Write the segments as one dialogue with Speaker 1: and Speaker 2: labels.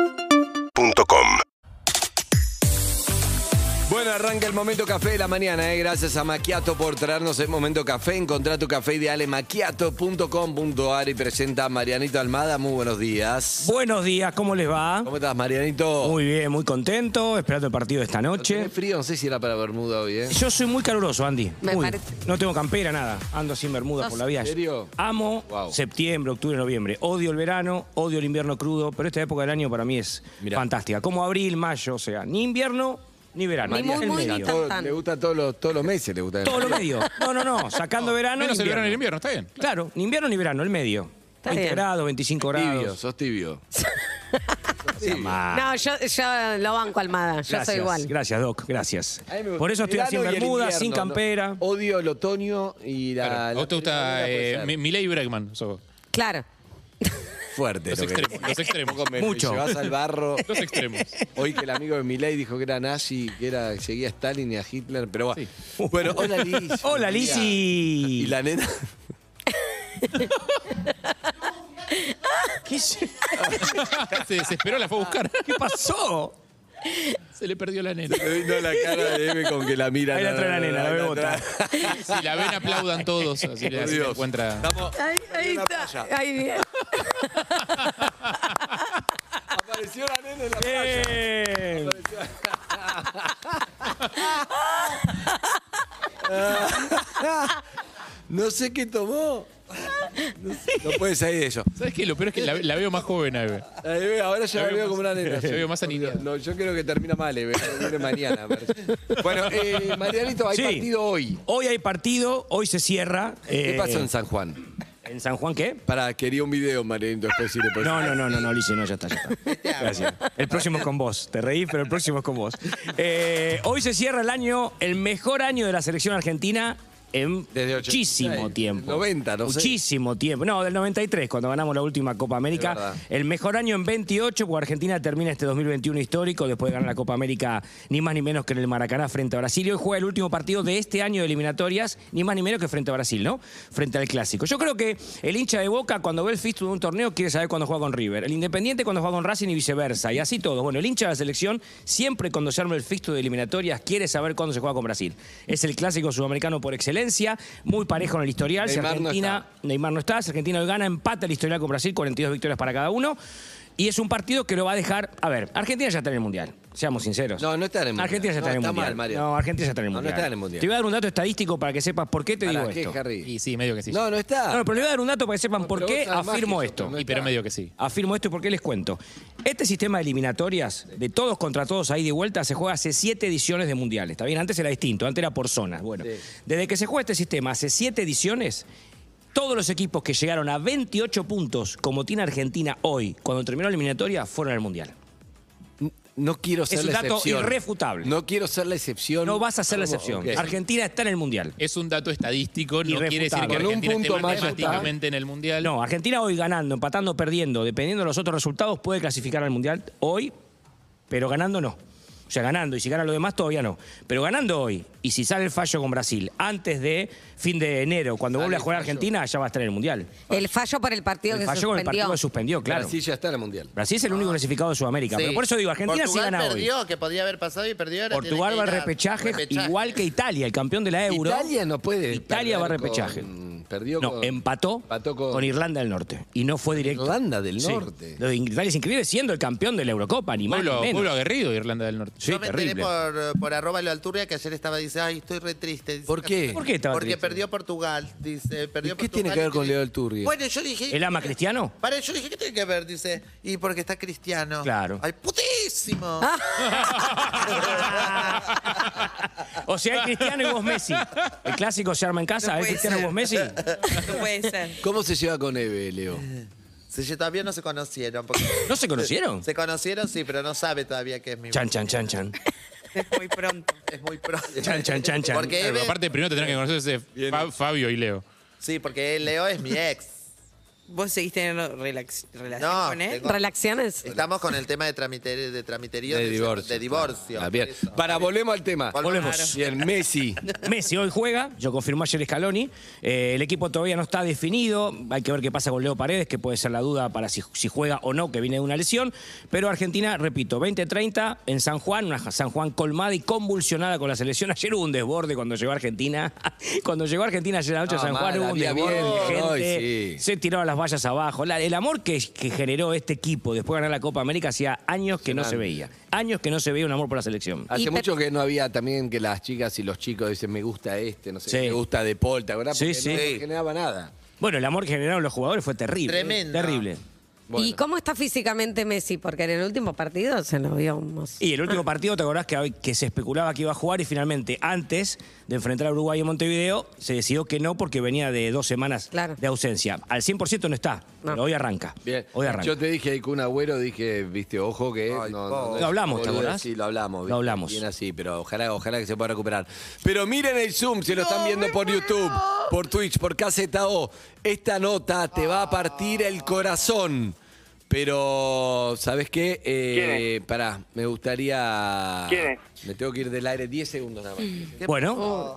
Speaker 1: UrbanaPlayFM.com
Speaker 2: Bueno, arranca el momento café de la mañana, eh. gracias a Maquiato por traernos el momento café. Encontrá tu café ideal en maquiato.com.ar y presenta a Marianito Almada. Muy buenos días.
Speaker 3: Buenos días, ¿cómo les va?
Speaker 2: ¿Cómo estás, Marianito?
Speaker 3: Muy bien, muy contento, esperando el partido de esta
Speaker 2: Tiene
Speaker 3: noche.
Speaker 2: frío, no sé si era para Bermuda hoy, ¿eh?
Speaker 3: Yo soy muy caluroso, Andy.
Speaker 4: Me
Speaker 3: Muy.
Speaker 4: parece.
Speaker 3: No tengo campera, nada. Ando sin bermuda por la vía.
Speaker 2: ¿En serio?
Speaker 3: Amo
Speaker 2: Wow.
Speaker 3: septiembre, octubre, noviembre. Odio el verano, odio el invierno crudo, pero esta época del año para mí es
Speaker 2: Mirá.
Speaker 3: fantástica. Como abril, mayo, o sea, ni invierno ni verano.
Speaker 4: Ni muy,
Speaker 3: el
Speaker 4: muy, ni
Speaker 3: medio.
Speaker 4: tan-
Speaker 2: Todo- le gusta todos los, todos los meses, le gusta.
Speaker 3: Todo lo medio. No, no, no. Sacando verano.
Speaker 5: Menos
Speaker 3: ni
Speaker 5: el verano y el
Speaker 3: invierno.
Speaker 5: invierno, está bien.
Speaker 2: Ah,
Speaker 3: Claro, ni invierno ni verano, el medio.
Speaker 4: Está
Speaker 3: 20
Speaker 4: bien.
Speaker 3: grados, 25 grados.
Speaker 2: Tibio, sos tibio.
Speaker 3: Ah.
Speaker 4: No, yo, yo lo banco Almada, yo soy igual.
Speaker 3: Gracias, Doc, gracias.
Speaker 2: A mí me gusta
Speaker 3: Por eso
Speaker 2: el
Speaker 3: estoy así en
Speaker 2: verano y el
Speaker 3: Bermuda, sin
Speaker 2: invierno, ¿no?
Speaker 3: campera.
Speaker 2: Odio el otoño y la.
Speaker 5: Claro. ¿A
Speaker 2: la
Speaker 5: vos te
Speaker 2: primavera
Speaker 5: gusta
Speaker 2: puede
Speaker 5: eh,
Speaker 2: ser.
Speaker 5: Mi- Milei y Bregman? sos vos.
Speaker 4: Claro.
Speaker 2: Fuerte,
Speaker 5: Los
Speaker 2: lo que-
Speaker 5: extremos, los extremos.
Speaker 2: Poco me-
Speaker 3: Mucho.
Speaker 2: me Llevas al barro.
Speaker 5: Los extremos.
Speaker 2: Hoy que el amigo de Milei dijo que era nazi, que era seguía a Stalin y a Hitler, pero bueno. Bueno, hola Liz.
Speaker 3: Hola, Lizzy.
Speaker 2: Y la nena.
Speaker 3: ¿Qué, se-
Speaker 5: Se desesperó, la fue a buscar.
Speaker 3: qué pasó?
Speaker 5: Se le perdió la nena.
Speaker 2: Le vino la cara de M con que la mira.
Speaker 3: Ahí la
Speaker 2: No,
Speaker 3: trae
Speaker 2: no,
Speaker 3: la
Speaker 2: no,
Speaker 3: nena, la
Speaker 2: ahí
Speaker 3: veo otra.
Speaker 2: trae.
Speaker 5: Si la ven, aplaudan todos. Así la
Speaker 2: Por
Speaker 5: así la
Speaker 2: Dios.
Speaker 5: encuentra.
Speaker 2: Estamos-
Speaker 4: Ahí, ahí
Speaker 2: Una
Speaker 4: está.
Speaker 2: playa.
Speaker 4: Ahí bien.
Speaker 2: Apareció la nena en la playa.
Speaker 3: Bien.
Speaker 2: No sé qué tomó. No, sé, no puede salir de eso.
Speaker 5: ¿Sabes qué? Lo peor es que la, la veo más joven, a Eve.
Speaker 2: Ahí ve, Ahora ya
Speaker 5: La
Speaker 2: la
Speaker 5: veo
Speaker 2: veo como
Speaker 5: más-
Speaker 2: una nena.
Speaker 5: la veo más aniñada.
Speaker 2: No, yo creo que termina mal, Eve. Viene mañana. parece. Bueno, eh, Marianito, hay
Speaker 3: Sí.
Speaker 2: partido hoy.
Speaker 3: Hoy hay partido, hoy se cierra.
Speaker 2: ¿Qué
Speaker 3: eh,
Speaker 2: pasó en San Juan?
Speaker 3: ¿En San Juan qué?
Speaker 2: Para, quería un video, Marianito, después si le podés-
Speaker 3: No, no, no, no, no, Lizzy, no, ya está, ya está. Gracias. El próximo es con vos. Te reí, pero el próximo es con vos. Eh, hoy se cierra el año, el mejor año de la selección argentina en
Speaker 2: Desde ochenta y
Speaker 3: muchísimo
Speaker 2: seis,
Speaker 3: tiempo.
Speaker 2: 90, no sé.
Speaker 3: Muchísimo tiempo. No, del 93, cuando ganamos la última Copa
Speaker 2: Es verdad.
Speaker 3: América. El mejor año en 28, porque Argentina termina este 2021 histórico, después de ganar la Copa América ni más ni menos que en el Maracaná frente a Brasil. Y hoy juega el último partido de este año de eliminatorias, ni más ni menos que frente a Brasil, ¿no? Frente al Clásico. Yo creo que el hincha de Boca, cuando ve el fixture de un torneo, quiere saber cuándo juega con River. El Independiente cuando juega con Racing y viceversa. Y así todo. Bueno, el hincha de la selección siempre cuando se arma el fixture de eliminatorias quiere saber cuándo se juega con Brasil. Es el Clásico sudamericano por excelencia, muy parejo en el historial. Si
Speaker 2: Neymar no
Speaker 3: Argentina...
Speaker 2: está.
Speaker 3: Neymar no está, si Argentina hoy gana, empata el historial con Brasil, 42 victorias para cada uno. Y es un partido que lo va a dejar. A ver, Argentina ya está en el Mundial, seamos sinceros.
Speaker 2: No, no está en el Mundial.
Speaker 3: Argentina ya está
Speaker 2: No,
Speaker 3: en el
Speaker 2: está
Speaker 3: Mundial.
Speaker 2: mal, Mario.
Speaker 3: No, Argentina ya está en el
Speaker 2: No, no
Speaker 3: Mundial.
Speaker 2: está en el Mundial.
Speaker 3: Te voy a dar un dato estadístico para que sepas por qué te
Speaker 2: Pará,
Speaker 3: digo
Speaker 2: ¿qué,
Speaker 3: esto.
Speaker 2: Harry?
Speaker 5: Y sí, medio que sí.
Speaker 2: No, no está.
Speaker 3: No, no, pero le voy a dar un dato para que sepan por
Speaker 2: pero
Speaker 3: qué
Speaker 2: vos sabés más
Speaker 3: afirmo
Speaker 2: que yo,
Speaker 3: esto.
Speaker 2: pero no
Speaker 5: Y pero medio que sí.
Speaker 3: Afirmo esto y por qué les cuento. Este sistema de eliminatorias, de todos contra todos ahí de vuelta, se juega hace siete ediciones de mundiales. Está bien, antes era distinto, antes era por zonas. Bueno, desde que se juega este sistema hace siete ediciones, todos los equipos que llegaron a 28 puntos, como tiene Argentina hoy, cuando terminó la eliminatoria, fueron al mundial.
Speaker 2: No quiero ser
Speaker 3: un
Speaker 2: la
Speaker 3: dato
Speaker 2: excepción.
Speaker 3: irrefutable.
Speaker 2: No quiero ser la excepción.
Speaker 3: No vas a ser la excepción.
Speaker 2: Ok.
Speaker 3: Argentina está en el mundial.
Speaker 5: Es un dato estadístico, no quiere decir
Speaker 3: Irrefutable.
Speaker 5: que
Speaker 2: Con un
Speaker 5: Argentina esté
Speaker 2: punto más está.
Speaker 5: matemáticamente en el Mundial.
Speaker 3: No, Argentina hoy ganando, empatando, perdiendo, dependiendo de los otros resultados, puede clasificar al Mundial hoy, pero ganando no. O sea, ganando, y si gana lo demás todavía no. Pero ganando hoy, y si sale el fallo con Brasil antes de fin de enero, cuando
Speaker 2: Sale
Speaker 3: vuelva a
Speaker 2: el
Speaker 3: jugar
Speaker 2: fallo.
Speaker 3: Argentina, ya va a estar en el Mundial.
Speaker 4: El fallo por el partido
Speaker 3: El
Speaker 4: que
Speaker 3: fallo con el
Speaker 4: suspendió.
Speaker 3: partido que suspendió, claro.
Speaker 2: Brasil ya está en el mundial.
Speaker 3: Brasil es el único clasificado de Sudamérica.
Speaker 6: Ah. Sí.
Speaker 3: Pero por eso digo, Argentina
Speaker 6: Portugal
Speaker 3: sí gana hoy.
Speaker 6: perdió, que podía haber pasado y perdió. ahora
Speaker 3: Portugal va
Speaker 6: tiene que
Speaker 3: al
Speaker 6: ir a-
Speaker 3: repechaje,
Speaker 6: repechaje.
Speaker 3: igual que Italia, el campeón de la Euro.
Speaker 2: Italia no puede.
Speaker 3: Italia va a
Speaker 2: perder
Speaker 3: repechaje.
Speaker 2: con- perdió
Speaker 3: No,
Speaker 2: con-
Speaker 3: empató,
Speaker 2: empató
Speaker 3: con...
Speaker 2: con,
Speaker 3: Irlanda del Norte. Y no fue directo.
Speaker 2: Irlanda del
Speaker 3: Sí.
Speaker 2: Norte.
Speaker 3: Lo de Italia es increíble siendo el campeón de la Eurocopa, ni más ni
Speaker 5: Pueblo,
Speaker 3: menos.
Speaker 5: pueblo aguerrido, Irlanda del Norte.
Speaker 3: Sí,
Speaker 6: Yo me
Speaker 3: terrible.
Speaker 6: enteré por, por arroba lo alturria que ayer estaba, dice, ay, estoy re triste. Dice,
Speaker 2: ¿Por qué?
Speaker 3: ¿Por qué estaba
Speaker 6: Porque
Speaker 3: triste?
Speaker 6: perdió Portugal, dice, perdió
Speaker 2: ¿Y qué
Speaker 6: Portugal
Speaker 2: tiene que ver
Speaker 6: y
Speaker 2: con Leo Alturria?
Speaker 6: Bueno, yo dije...
Speaker 3: ¿El ama cristiano?
Speaker 6: Para, yo dije, ¿qué tiene que ver? Dice, y porque está cristiano.
Speaker 3: Claro.
Speaker 6: Ay, putísimo.
Speaker 2: Ah.
Speaker 3: o sea, es Cristiano y vos Messi. El clásico se arma en casa, es Cristiano y vos Messi.
Speaker 7: No puede ser.
Speaker 2: ¿Cómo se lleva con Eve, Leo?
Speaker 6: Sí, yo- todavía no se conocieron. porque-
Speaker 3: ¿No se conocieron?
Speaker 6: Se conocieron, sí, pero no sabe todavía que es mi...
Speaker 3: Chan, chan, chan, chan.
Speaker 7: Es muy pronto.
Speaker 6: Es muy pronto.
Speaker 3: Chan, chan, chan, chan.
Speaker 6: Porque
Speaker 5: Claro,
Speaker 6: Eve-
Speaker 5: pero aparte, primero te tendrán que conocer ese Fa- Fabio y Leo.
Speaker 6: Sí, porque Leo es mi ex.
Speaker 7: vos seguís teniendo relax, relación
Speaker 6: No,
Speaker 7: con él.
Speaker 6: tengo-
Speaker 4: ¿Relaciones?
Speaker 6: Estamos con el tema de tramiterio, de tramiterío
Speaker 2: De divorcio.
Speaker 6: de divorcio.
Speaker 2: Ah, bien.
Speaker 6: Eso.
Speaker 2: Para, volvemos al tema.
Speaker 6: Volvemos. Claro.
Speaker 2: Bien, Messi.
Speaker 3: Messi hoy juega, yo confirmó ayer Scaloni. Eh, el equipo todavía no está definido. Hay que ver qué pasa con Leo Paredes, que puede ser la duda para si, si juega o no, que viene de una lesión. Pero Argentina, repito, 20-30 en San Juan, una San Juan colmada y convulsionada con la selección. Ayer hubo un desborde cuando llegó a Argentina. Cuando llegó a Argentina ayer a la noche
Speaker 2: Ah,
Speaker 3: a San
Speaker 2: mal,
Speaker 3: Juan hubo un
Speaker 2: había
Speaker 3: desborde.
Speaker 2: viento,
Speaker 3: de gente,
Speaker 2: hoy sí.
Speaker 3: Se tiraban las vallas abajo. La- el amor que, que generó este equipo después de ganar la Copa América hacía años que no se veía. Años que no se veía un amor por la selección.
Speaker 2: Hace
Speaker 4: Y Pep-
Speaker 2: mucho que no había también que las chicas y los chicos dicen me gusta este, no sé,
Speaker 3: Sí.
Speaker 2: me gusta De Paul, ¿te acordás?
Speaker 3: Sí,
Speaker 2: Porque
Speaker 3: sí.
Speaker 2: no se generaba nada.
Speaker 3: Bueno, el amor que generaron los jugadores fue terrible. ¿eh?
Speaker 6: Tremendo.
Speaker 3: Terrible.
Speaker 4: ¿Y cómo está físicamente Messi? Porque en el último partido se lo vio un mozo.
Speaker 3: Y el último partido, ¿te acordás que, hab- que se especulaba que iba a jugar y finalmente, antes de enfrentar a Uruguay en Montevideo, se decidió que no porque venía de dos semanas
Speaker 4: Claro.
Speaker 3: de ausencia. Al 100% no está,
Speaker 4: No.
Speaker 3: pero hoy arranca.
Speaker 2: Bien.
Speaker 3: Hoy arranca.
Speaker 2: Yo te dije ahí con agüero, dije, viste, ojo que
Speaker 6: Ay,
Speaker 2: no,
Speaker 6: pobre.
Speaker 2: es
Speaker 3: Lo hablamos,
Speaker 2: boludo,
Speaker 3: ¿te acordás?
Speaker 2: Sí, lo hablamos.
Speaker 3: Lo
Speaker 2: bien,
Speaker 3: hablamos.
Speaker 2: Bien así, pero ojalá, ojalá que se pueda recuperar. Pero miren el Zoom, si lo están viendo por YouTube, por Twitch, por KZO. Esta nota te va a partir el corazón. Pero, ¿sabes qué? Eh, Pará, me gustaría...
Speaker 1: ¿Quién es?
Speaker 2: Me tengo que ir del aire 10 segundos nada más.
Speaker 3: Mm.
Speaker 4: Oh.
Speaker 3: Bueno,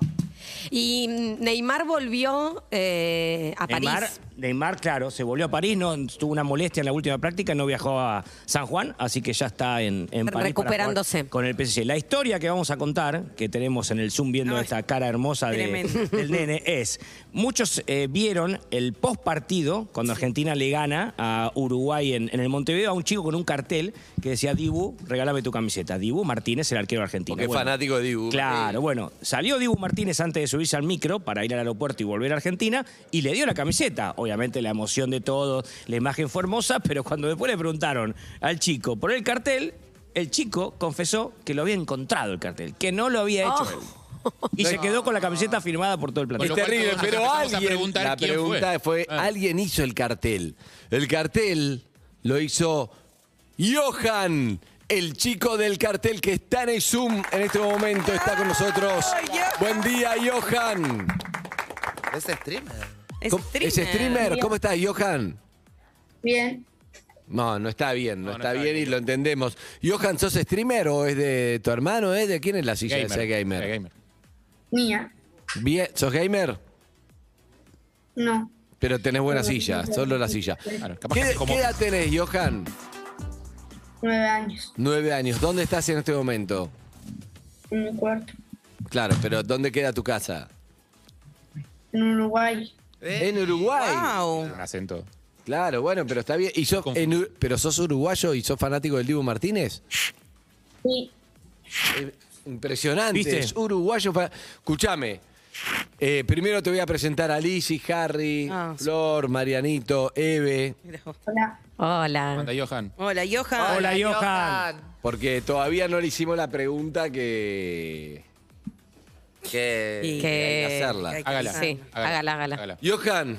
Speaker 4: Y Neymar volvió eh, a París.
Speaker 3: Neymar, Neymar, claro, se volvió a París, no tuvo una molestia en la última práctica, no viajó a San Juan, así que ya está en, en París. para
Speaker 4: Recuperándose.
Speaker 3: jugar Con el PSG. La historia que vamos a contar, que tenemos en el Zoom viendo
Speaker 7: Ay,
Speaker 3: esta cara hermosa de-
Speaker 7: tremendo.
Speaker 3: del nene, es: muchos eh, vieron el post partido, cuando Argentina le gana a Uruguay en, en el Montevideo, a un chico con un cartel que decía: Dibu, regálame tu camiseta. Dibu Martínez, el arquero argentino.
Speaker 2: Porque es fanático de Dibu.
Speaker 3: Claro, bueno, salió Dibu Martínez antes de subirse al micro para ir al aeropuerto y volver a Argentina y le dio la camiseta. Obviamente la emoción de todos, la imagen fue hermosa, pero cuando después le preguntaron al chico por el cartel, el chico confesó que lo había encontrado el cartel, que no lo había hecho
Speaker 4: Oh.
Speaker 3: él. Y se quedó con la camiseta firmada por todo el
Speaker 5: Con
Speaker 3: plantel.
Speaker 5: lo
Speaker 2: Es
Speaker 5: cual
Speaker 2: terrible,
Speaker 5: todos nos
Speaker 2: pero
Speaker 5: empezamos a
Speaker 2: alguien.
Speaker 5: preguntar
Speaker 2: la
Speaker 5: quién
Speaker 2: pregunta fue:
Speaker 5: fue. Ah.
Speaker 2: ¿alguien hizo el cartel? El cartel lo hizo Johan, el chico del cartel que está en el Zoom en este momento, está con nosotros. Buen día, Johan.
Speaker 6: Es streamer.
Speaker 7: Es
Speaker 2: ¿Cómo-
Speaker 7: streamer.
Speaker 2: ¿Es streamer? ¿Cómo estás, Johan?
Speaker 8: Bien,
Speaker 2: No, no está bien, no,
Speaker 5: No, no
Speaker 2: está,
Speaker 5: está
Speaker 2: bien,
Speaker 5: bien.
Speaker 2: y lo entendemos. Johan, ¿sos streamer o es de tu hermano? ¿Es de quién es la silla de ese gamer?
Speaker 5: Eh, gamer.
Speaker 8: mía,
Speaker 2: Bien, ¿Sos gamer?
Speaker 8: no,
Speaker 2: Pero tenés buena silla, solo la silla.
Speaker 5: Claro, capaz
Speaker 2: ¿Qué,
Speaker 5: que como-
Speaker 2: ¿Qué edad tenés, Johan?
Speaker 8: nueve años,
Speaker 2: Nueve años. ¿Dónde estás en este momento?
Speaker 8: en mi cuarto,
Speaker 2: Claro, pero ¿dónde queda tu casa?
Speaker 8: en Uruguay,
Speaker 7: Eh,
Speaker 2: En Uruguay.
Speaker 7: Wow.
Speaker 5: Acento.
Speaker 2: Claro, bueno, pero está bien. ¿Y sos,
Speaker 5: Confu-
Speaker 2: en Ur- ¿Pero sos uruguayo y sos fanático del Dibu Martínez?
Speaker 8: y
Speaker 2: Impresionante.
Speaker 3: ¿Viste?
Speaker 2: Es uruguayo. fa- Escuchame. eh, primero te voy a presentar a Lizzy, Harry,
Speaker 7: Ah, sí.
Speaker 2: Flor, Marianito, Eve,
Speaker 7: Mirá vos.
Speaker 8: hola,
Speaker 4: Hola.
Speaker 5: Anda, Johan.
Speaker 7: Hola, Johan.
Speaker 3: Hola, Johan.
Speaker 2: porque todavía no le hicimos la pregunta que.
Speaker 6: Que
Speaker 7: Y-
Speaker 2: hay que hacerla.
Speaker 7: hay que
Speaker 5: Hágala.
Speaker 7: hacerla.
Speaker 4: Sí, hágala, hágala.
Speaker 5: Hágala.
Speaker 2: Johan,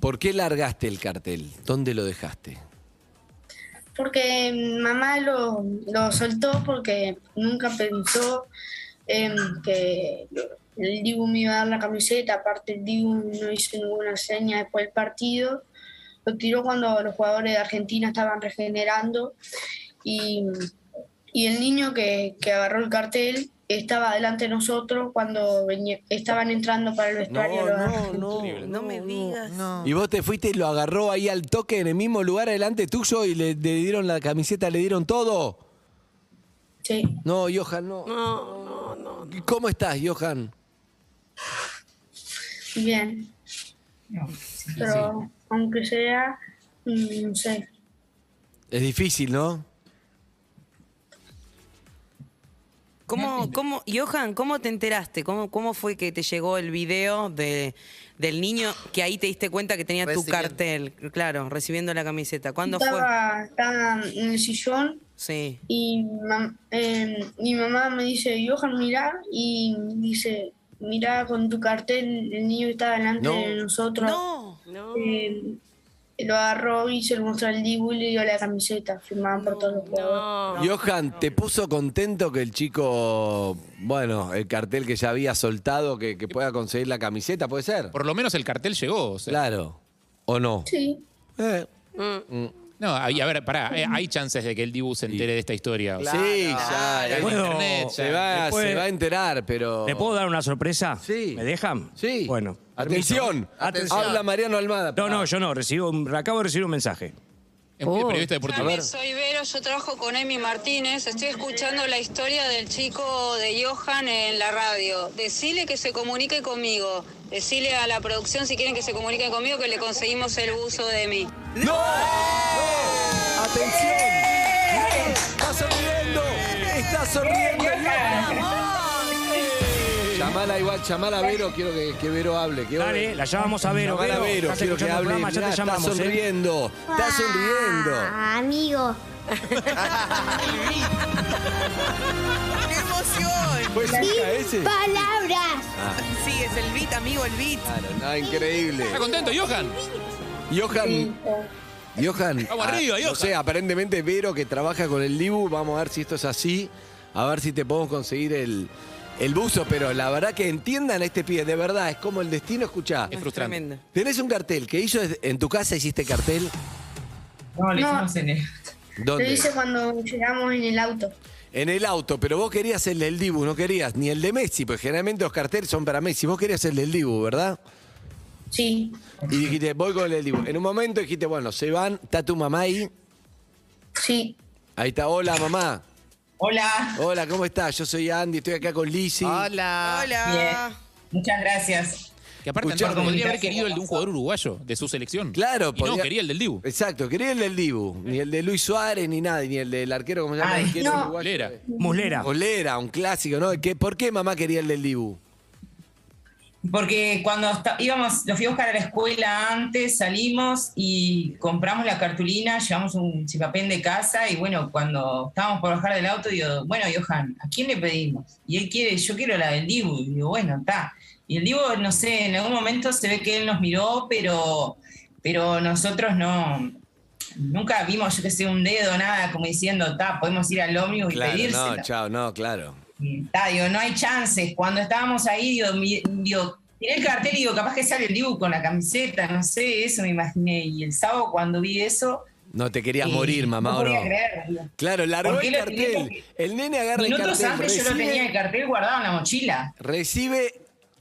Speaker 2: ¿por qué largaste el cartel? ¿Dónde lo dejaste?
Speaker 8: porque mi mamá lo, lo soltó porque nunca pensó em, que el Dibu me iba a dar la camiseta, aparte el Dibu no hizo ninguna seña después del partido, lo tiró cuando los jugadores de Argentina estaban regenerando y, y el niño que, que agarró el cartel estaba delante de nosotros cuando venía- estaban entrando para el vestuario. los argentinos.
Speaker 7: No me digas.
Speaker 2: Y vos te fuiste y lo agarró ahí al toque en el mismo lugar delante tuyo y le, le dieron la camiseta, le dieron todo.
Speaker 8: Sí.
Speaker 2: No, Johan, no.
Speaker 4: No, no, no.
Speaker 2: ¿Y ¿Cómo estás, Johan?
Speaker 8: Bien. Pero aunque sea, mm, no sé.
Speaker 2: Es difícil, ¿no?
Speaker 7: ¿Cómo, cómo, Johan, ¿cómo te enteraste? ¿Cómo, ¿Cómo fue que te llegó el video de, del niño que ahí te diste cuenta que tenía tu
Speaker 6: Recibiendo.
Speaker 7: cartel? Claro, recibiendo la camiseta. ¿Cuándo fue?
Speaker 8: Estaba, estaba en el sillón
Speaker 7: Sí.
Speaker 8: y mam- eh, mi mamá me dice, Johan, mirá, y dice, mirá con tu cartel, el niño que está delante
Speaker 2: No.
Speaker 8: de nosotros.
Speaker 7: No.
Speaker 8: Eh, lo agarró y se lo mostró al Dibu y le dio la camiseta, firmada por todos los jugadores.
Speaker 2: Johan, ¿te puso contento que el chico, bueno, el cartel que ya había soltado, que, que pueda conseguir la camiseta, puede ser?
Speaker 5: Por lo menos el cartel llegó. o sea,
Speaker 2: Claro. o no?
Speaker 8: Sí.
Speaker 2: Eh,
Speaker 5: No, ahí, a ver, pará, eh, hay chances de que el Dibu se entere de esta historia. o sea,
Speaker 2: sí, ya.
Speaker 5: está en
Speaker 2: eh,
Speaker 3: Bueno,
Speaker 5: internet, ya.
Speaker 2: se, va,
Speaker 3: después-
Speaker 2: se va a enterar, pero.
Speaker 3: ¿Le puedo dar una sorpresa?
Speaker 2: Sí.
Speaker 3: ¿Me dejan?
Speaker 2: Sí.
Speaker 3: Bueno.
Speaker 2: Atención.
Speaker 3: permiso. Atención.
Speaker 2: Habla Mariano Almada.
Speaker 3: No, no, yo no. Recibo, un- acabo de recibir un mensaje.
Speaker 5: Es muy de
Speaker 4: Oh.
Speaker 5: periodista deportivo.
Speaker 1: Hola, soy Vero, yo trabajo con Emi Martínez. Estoy escuchando la historia del chico de Johan en la radio. Decile que se comunique conmigo. Decile a la producción si quieren que se comunique conmigo que le conseguimos el buzo de Emi.
Speaker 2: ¡No! ¡Atención! ¡Está sonriendo! ¡Está sonriendo! Llamala igual, llamala a Vero, quiero que, que Vero hable. que-
Speaker 3: Dale, la llamamos a Vero.
Speaker 2: Llamala a Vero,
Speaker 3: estás
Speaker 2: quiero que hable.
Speaker 3: escuchando el programa, ya
Speaker 2: Mirá,
Speaker 3: te llamamos.
Speaker 2: está
Speaker 3: ¿eh?
Speaker 2: sonriendo, está sonriendo.
Speaker 9: Ah.
Speaker 10: amigo.
Speaker 7: ¡Qué emoción!
Speaker 2: ¿Fue cerca ese?
Speaker 10: Palabras.
Speaker 7: Sí, es el beat, amigo, el beat.
Speaker 2: Claro, no, increíble.
Speaker 5: ¿Está contento, Johan?
Speaker 2: Johan, Johan.
Speaker 5: Vamos arriba,
Speaker 2: ah,
Speaker 5: Johan.
Speaker 2: No sé, aparentemente Vero que trabaja con el Dibu, vamos a ver si esto es así, a ver si te podemos conseguir el, el buzo, pero la verdad que entiendan a este pibe, de verdad, es como el destino, escuchá.
Speaker 5: Es frustrante.
Speaker 7: Tremendo.
Speaker 2: Tenés un cartel que hizo desde- en tu casa, hiciste cartel.
Speaker 9: No, lo
Speaker 8: No.
Speaker 9: hicimos en el.
Speaker 8: Lo
Speaker 2: ¿Dónde?
Speaker 8: hice cuando llegamos en el auto.
Speaker 2: En el auto, pero vos querías el del Dibu, no querías ni el de Messi, porque generalmente los carteles son para Messi. Vos querías el del Dibu, ¿verdad?
Speaker 8: Sí.
Speaker 2: Y dijiste, voy con el del Dibu. En un momento dijiste, bueno, se van, está tu mamá ahí.
Speaker 8: Sí.
Speaker 2: Ahí está, hola mamá.
Speaker 9: Hola.
Speaker 2: Hola, ¿cómo estás? Yo soy Andy, estoy acá con Lizzy.
Speaker 5: Ah,
Speaker 6: Hola.
Speaker 7: Hola.
Speaker 9: Bien. Muchas gracias.
Speaker 5: Que aparte,
Speaker 2: Escuchá,
Speaker 5: Antonio, podría haber
Speaker 9: comunicación.
Speaker 5: querido el de un jugador uruguayo de su selección.
Speaker 2: Claro,
Speaker 5: Y
Speaker 2: podía-
Speaker 5: no, quería el del Dibu.
Speaker 2: Exacto, quería el del Dibu. Ni el de Luis Suárez, ni nadie, ni el del arquero, ¿cómo se llama?
Speaker 9: Ay,
Speaker 2: el arquero
Speaker 8: no.
Speaker 2: uruguayo.
Speaker 5: Lera.
Speaker 3: Muslera.
Speaker 2: Olera, un clásico, ¿no? ¿Qué- ¿Por qué mamá quería el del Dibu?
Speaker 9: Porque cuando esta- íbamos, lo fui a buscar a la escuela antes, salimos y compramos la cartulina, llevamos un chipapén de casa y bueno, cuando estábamos por bajar del auto, digo, bueno, Johan, ¿a quién le pedimos? Y él quiere, yo quiero la del Dibu. Y digo, bueno, está. Y el Dibu, no sé, en algún momento se ve que él nos miró, pero, pero nosotros no, nunca vimos, yo qué sé, un dedo, nada, como diciendo, está, podemos ir al ómnibus y
Speaker 2: Claro,
Speaker 9: pedírsela.
Speaker 2: no, chao, no, claro.
Speaker 9: Está, digo, no hay chances. Cuando estábamos ahí, digo, mi- digo, tiré el cartel y digo, capaz que sale el Dibu con la camiseta, no sé, eso me imaginé. Y el sábado cuando vi eso...
Speaker 2: No te querías
Speaker 9: eh,
Speaker 2: morir, mamá,
Speaker 9: no
Speaker 2: ¿o
Speaker 9: podía
Speaker 2: no?
Speaker 9: creer, digo.
Speaker 2: Claro, largó
Speaker 9: ¿Por qué
Speaker 2: el
Speaker 9: lo tenía
Speaker 2: cartel. El nene agarra el
Speaker 9: Minutos
Speaker 2: cartel.
Speaker 9: antes yo lo
Speaker 2: recibe-
Speaker 9: tenía el cartel guardado en la mochila.
Speaker 2: Recibe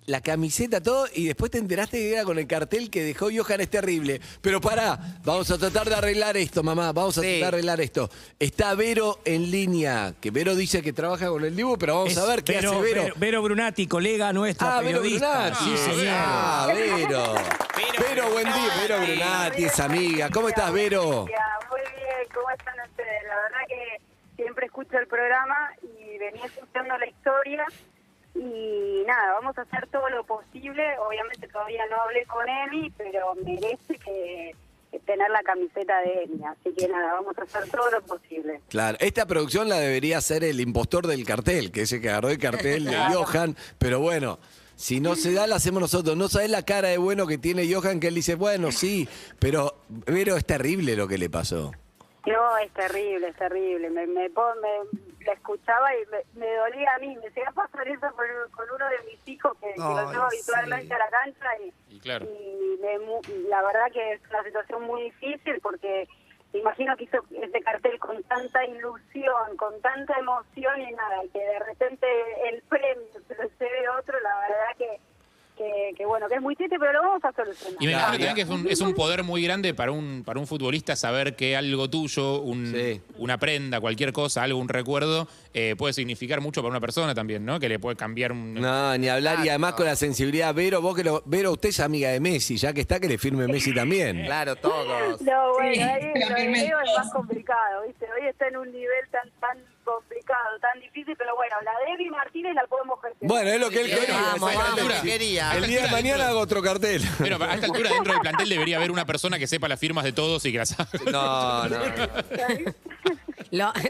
Speaker 2: la camiseta, todo, y después te enteraste que era con el cartel que dejó Johan es terrible. Pero pará, vamos a tratar de arreglar esto, mamá, vamos a tratar de arreglar esto. Está Vero en línea, que Vero dice que trabaja con el Dibu, pero vamos
Speaker 3: Es
Speaker 2: a ver qué hace Vero.
Speaker 3: Vero Brunati, colega nuestra,
Speaker 2: Ah, Vero
Speaker 3: periodista.
Speaker 2: Brunati.
Speaker 3: Sí, señor.
Speaker 2: Ah, Vero. Vero, buen día. Vero Brunati es amiga. ¿Cómo estás, Vero?
Speaker 1: Muy bien, ¿cómo están ustedes? La verdad que siempre escucho el programa y venía escuchando la historia y nada, vamos a hacer todo lo posible. Obviamente todavía no hablé con Emi, pero merece que, que tener la camiseta de Emi. Así que nada, vamos a hacer todo lo posible.
Speaker 2: Claro, esta producción la debería hacer el impostor del cartel, que ese que agarró el cartel de Johan, pero bueno, si no se da, la hacemos nosotros. No sabés la cara de bueno que tiene Johan, que él dice, bueno, sí, pero, pero es terrible lo que le pasó.
Speaker 1: No, es terrible, es terrible. Me, me, pon- me- la escuchaba y me, me dolía a mí. Me llega a pasar eso con, con uno de mis hijos que, que lo llevo habitualmente a la cancha y,
Speaker 5: Y claro.
Speaker 1: y me mu- y la verdad que es una situación muy difícil porque me imagino que hizo ese cartel con tanta ilusión, con tanta emoción y nada, y que de repente el premio se lo lleve otro, la verdad que, que, que bueno, que es muy triste, pero lo vamos a solucionar.
Speaker 5: Y me
Speaker 2: Claro.
Speaker 5: imagino también que es un, es un poder muy grande para un, para un futbolista saber que algo tuyo, un-
Speaker 2: Sí.
Speaker 5: una prenda, cualquier cosa, algo, un recuerdo, eh, puede significar mucho para una persona también, ¿no? Que le puede cambiar un...
Speaker 2: No, ni hablar, y además con la sensibilidad, Vero, vos que lo, Vero, usted es amiga de Messi, ya que está, que le firme Messi también.
Speaker 6: Claro, todos.
Speaker 1: No, bueno,
Speaker 9: Sí,
Speaker 1: ahí
Speaker 9: pero
Speaker 1: lo de
Speaker 9: firme
Speaker 1: Leo es
Speaker 9: todos.
Speaker 1: más complicado, ¿viste? Hoy está en un nivel tan tan complicado, tan difícil, pero bueno, la de Evi Martínez la podemos gestionar.
Speaker 2: Bueno, es lo que él
Speaker 6: Bien,
Speaker 2: quería.
Speaker 6: vamos,
Speaker 2: exactamente.
Speaker 6: vamos, lo que quería.
Speaker 2: El día de mañana hago otro cartel.
Speaker 5: Pero a esta altura dentro del plantel debería haber una persona que sepa las firmas de todos y que las haga.
Speaker 2: No, no. no.
Speaker 4: Lo-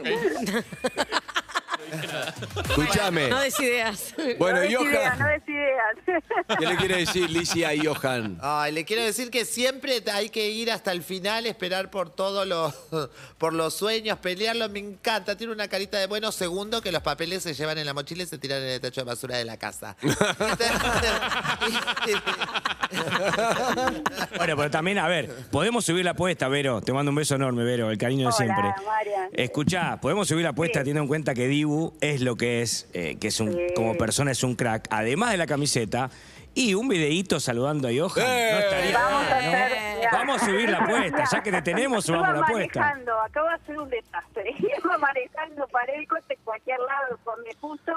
Speaker 2: Escuchame.
Speaker 4: no des ideas.
Speaker 2: Bueno,
Speaker 1: no des
Speaker 2: Johan.
Speaker 1: idea, no des idea. vean.
Speaker 2: ¿Qué le quiere decir Licia y Johan?
Speaker 6: Ay, le quiero decir que siempre hay que ir hasta el final, esperar por todos los, por los sueños, pelearlo. Me encanta. Tiene una carita de bueno segundo que los papeles se llevan en la mochila y se tiran en el techo de basura de la casa. Este-
Speaker 3: Bueno, pero también, a ver, podemos subir la apuesta, Vero. Te mando un beso enorme, Vero, el cariño de
Speaker 1: Hola,
Speaker 3: siempre.
Speaker 1: Marian.
Speaker 3: Escuchá, podemos subir la apuesta
Speaker 1: Sí.
Speaker 3: teniendo en cuenta que Dibu es lo que es, eh, que es un,
Speaker 1: Sí.
Speaker 3: como persona es un crack, además de la camiseta, y un videíto saludando a Johan.
Speaker 2: ¡Eh!
Speaker 3: No estaría
Speaker 1: Vamos
Speaker 3: mal,
Speaker 1: a
Speaker 3: ¿no?
Speaker 1: hacer. mirá.
Speaker 3: Vamos a subir la apuesta, ya que te tenemos,
Speaker 1: Iba
Speaker 3: subamos la apuesta.
Speaker 1: manejando, acabo de hacer un desastre. Iba manejando, paré el coche en cualquier lado, por me puso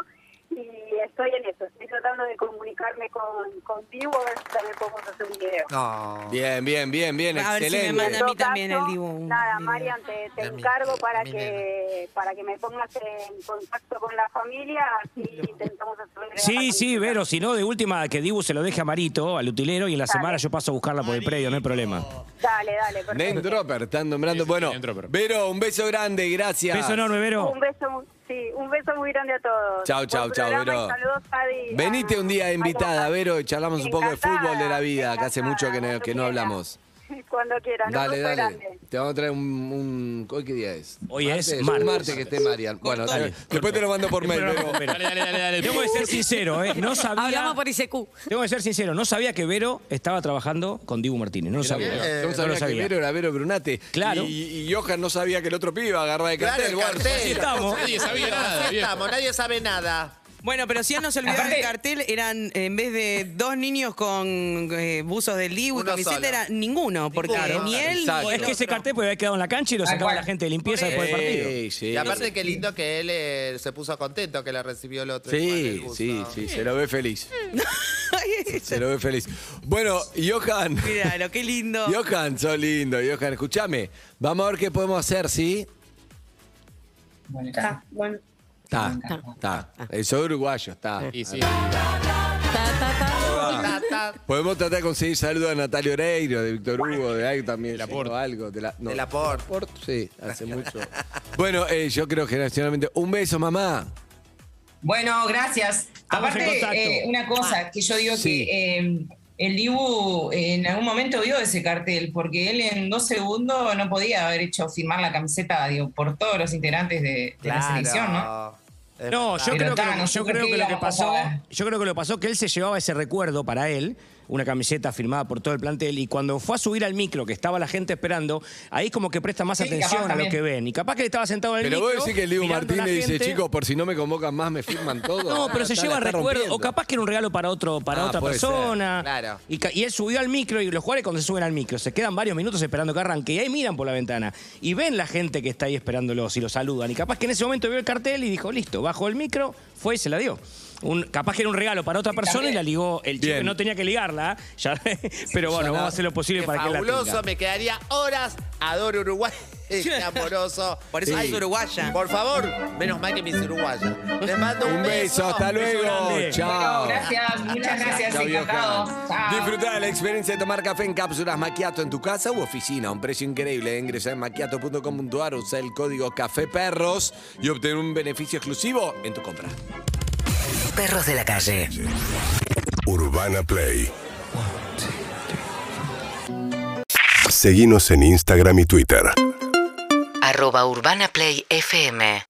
Speaker 1: y estoy en eso. Estoy tratando de comunicarme con, con Divo, a ver si también podemos hacer un video.
Speaker 6: No.
Speaker 2: Bien, bien, bien, bien,
Speaker 7: A ver si me
Speaker 2: excelente.
Speaker 7: manda-
Speaker 1: En todo
Speaker 7: también el Divo un
Speaker 1: Nada,
Speaker 7: video.
Speaker 1: Marian, te, te
Speaker 6: La mi-
Speaker 1: encargo para
Speaker 6: la mi
Speaker 1: que para que me pongas en contacto con la familia, así intentamos hacer
Speaker 3: Sí, sí, Vero, si no, de última, que Dibu se lo deje a Marito, al utilero, y en la
Speaker 1: Dale.
Speaker 3: semana yo paso a buscarla por el predio, no hay problema.
Speaker 1: Dale, dale, perfecto.
Speaker 2: Name dropper, están nombrando.
Speaker 5: Sí, sí,
Speaker 2: Bueno,
Speaker 5: name dropper.
Speaker 2: Vero, un beso grande, gracias.
Speaker 3: Beso enorme, Vero.
Speaker 1: Un beso, muy- sí, un beso muy grande a todos.
Speaker 2: Chau, chau,
Speaker 1: Buen
Speaker 2: chau,
Speaker 1: programa
Speaker 2: Vero.
Speaker 1: y Saludos, Adi.
Speaker 2: Venite un día
Speaker 1: A-
Speaker 2: invitada,
Speaker 1: a-
Speaker 2: Vero, y charlamos un poco de
Speaker 1: Encantada,
Speaker 2: fútbol de la vida, que hace mucho que no,
Speaker 1: encantada,
Speaker 2: que no
Speaker 1: cuando
Speaker 2: hablamos.
Speaker 1: quiera. Cuando quieran.
Speaker 2: Dale,
Speaker 1: un
Speaker 2: dale.
Speaker 1: beso grande.
Speaker 2: Te vamos a traer un, un- ¿Hoy qué día es?
Speaker 3: Hoy es
Speaker 2: Un
Speaker 3: martes.
Speaker 2: Martes que esté Marian. Bueno,
Speaker 3: Dale,
Speaker 2: después después te lo mando por mail. Vero.
Speaker 5: Dale, dale, dale, dale.
Speaker 3: Tengo que ser sincero, ¿eh? No sabía.
Speaker 4: Hablamos por ICQ.
Speaker 3: Tengo que ser sincero, no sabía que Vero estaba trabajando con Dibu Martínez. No lo sabía.
Speaker 2: Eh,
Speaker 3: no
Speaker 2: no sabía
Speaker 3: lo
Speaker 2: que
Speaker 3: sabía.
Speaker 2: Vero era Vero Brunate.
Speaker 3: Claro.
Speaker 2: Y, y Johan no sabía que el otro pibe iba a agarrar de
Speaker 6: Claro,
Speaker 2: cartel.
Speaker 6: el
Speaker 2: bueno,
Speaker 6: cartel.
Speaker 3: Así estamos.
Speaker 5: Nadie sabía nada.
Speaker 6: Así
Speaker 5: viejo.
Speaker 6: estamos, nadie sabe nada.
Speaker 7: Bueno, pero si él no se olvidaba del cartel, eran en vez de dos niños con eh, buzos del Dibu y
Speaker 6: Uno
Speaker 7: camiseta,
Speaker 6: solo.
Speaker 7: era ninguno, porque
Speaker 6: Ninguno.
Speaker 7: ni él
Speaker 2: Exacto.
Speaker 7: ni
Speaker 3: Es
Speaker 7: el
Speaker 3: que ese
Speaker 7: otro.
Speaker 3: cartel puede haber quedado en la cancha y lo sacaba
Speaker 9: cual.
Speaker 3: la gente de limpieza
Speaker 7: Por
Speaker 3: después del partido.
Speaker 2: Sí, sí.
Speaker 6: Y aparte qué lindo que él eh, se puso contento que la recibió el otro. igual, el
Speaker 2: Sí,
Speaker 6: buzo.
Speaker 2: sí, sí, se lo ve feliz. Se lo ve feliz. Bueno, Johan,
Speaker 7: Míralo, qué lindo.
Speaker 2: Johan, sos lindo, Johan, escúchame. Vamos a ver qué podemos hacer, ¿sí?
Speaker 9: Bueno,
Speaker 8: Está, bueno.
Speaker 2: Está, está. Eh, Soy uruguayo, está.
Speaker 5: Y sí.
Speaker 4: Ta, ta, ta.
Speaker 6: Ta, ta,
Speaker 2: Podemos tratar de conseguir saludos de Natalia Oreiro, de Víctor Hugo, de algo también.
Speaker 5: Del
Speaker 2: tengo
Speaker 5: Aporte.
Speaker 2: algo. De la, no,
Speaker 6: Del Aporte.
Speaker 2: del Aporte, sí, hace mucho. bueno, eh, yo creo generacionalmente. Un beso, mamá.
Speaker 9: Bueno, gracias.
Speaker 3: Estamos en
Speaker 9: Aparte,
Speaker 3: contacto. Ah.
Speaker 9: eh, una cosa que yo digo
Speaker 2: Sí.
Speaker 9: que eh, el Dibu eh, en algún momento vio ese cartel, porque él en dos segundos no podía haber hecho firmar la camiseta digo, por todos los integrantes de, de la selección, ¿no?
Speaker 6: Es
Speaker 3: No,
Speaker 6: verdad.
Speaker 3: yo creo,
Speaker 9: Eh, Pero
Speaker 3: que,
Speaker 9: está,
Speaker 3: lo- yo
Speaker 9: nosotros
Speaker 3: creo
Speaker 9: qué
Speaker 3: que lo que
Speaker 9: íbamos a
Speaker 3: pasó,
Speaker 9: saber.
Speaker 3: yo creo que lo pasó que él se llevaba ese recuerdo para él, una camiseta firmada por todo el plantel y cuando fue a subir al micro que estaba la gente esperando, ahí como que presta más
Speaker 9: Sí,
Speaker 3: atención
Speaker 9: capaz
Speaker 3: a lo que
Speaker 9: también.
Speaker 3: ven y capaz que él estaba sentado en el
Speaker 2: Pero
Speaker 3: micro.
Speaker 2: vos decís que el Diego
Speaker 3: mirando a la
Speaker 2: Martínez dice,
Speaker 3: gente.
Speaker 2: chicos, por si no me convocan más, me firman todo.
Speaker 3: No, pero
Speaker 2: Ah,
Speaker 3: se
Speaker 2: está,
Speaker 3: lleva
Speaker 2: la está
Speaker 3: recuerdo. O
Speaker 2: rompiendo.
Speaker 3: capaz que era un regalo para otro, para
Speaker 2: Ah,
Speaker 3: otra
Speaker 2: puede ser,
Speaker 3: persona.
Speaker 6: claro.
Speaker 3: Y, ca- y él subió al micro y los jugadores cuando se suben al micro se quedan varios minutos esperando que arranque. Y ahí miran por la ventana y ven la gente que está ahí esperándolos y los saludan. Y capaz que en ese momento vio el cartel y dijo, listo, bajó el micro, fue y se la dio. Un, capaz que era un regalo para otra persona y la ligó el chico
Speaker 2: Bien.
Speaker 3: que no tenía que ligarla. ¿eh? ya- pero bueno, vamos a hacer lo posible
Speaker 6: Qué
Speaker 3: para que la
Speaker 6: fabuloso,
Speaker 3: tenga.
Speaker 6: me quedaría horas. Adoro Uruguay. Qué amoroso.
Speaker 7: Por eso
Speaker 6: Sí.
Speaker 7: es uruguaya.
Speaker 6: Por favor, menos mal que mis uruguayas. Les mando un,
Speaker 2: Un beso, hasta luego.
Speaker 3: grande.
Speaker 2: Chao.
Speaker 9: Bueno, gracias, muchas gracias,
Speaker 2: Chao,
Speaker 9: encantados.
Speaker 2: Johan.
Speaker 9: Chao.
Speaker 2: Disfrutá de la experiencia de tomar café en cápsulas maquiato en tu casa u oficina. A Un precio increíble. Ingresa en maquiato.com.ar, usa el código CAFÉPERROS y obtén un beneficio exclusivo en tu compra.
Speaker 11: Perros de la calle.
Speaker 12: Urbana Play. Seguimos en Instagram y Twitter.
Speaker 11: Arroba Urbana Play FM.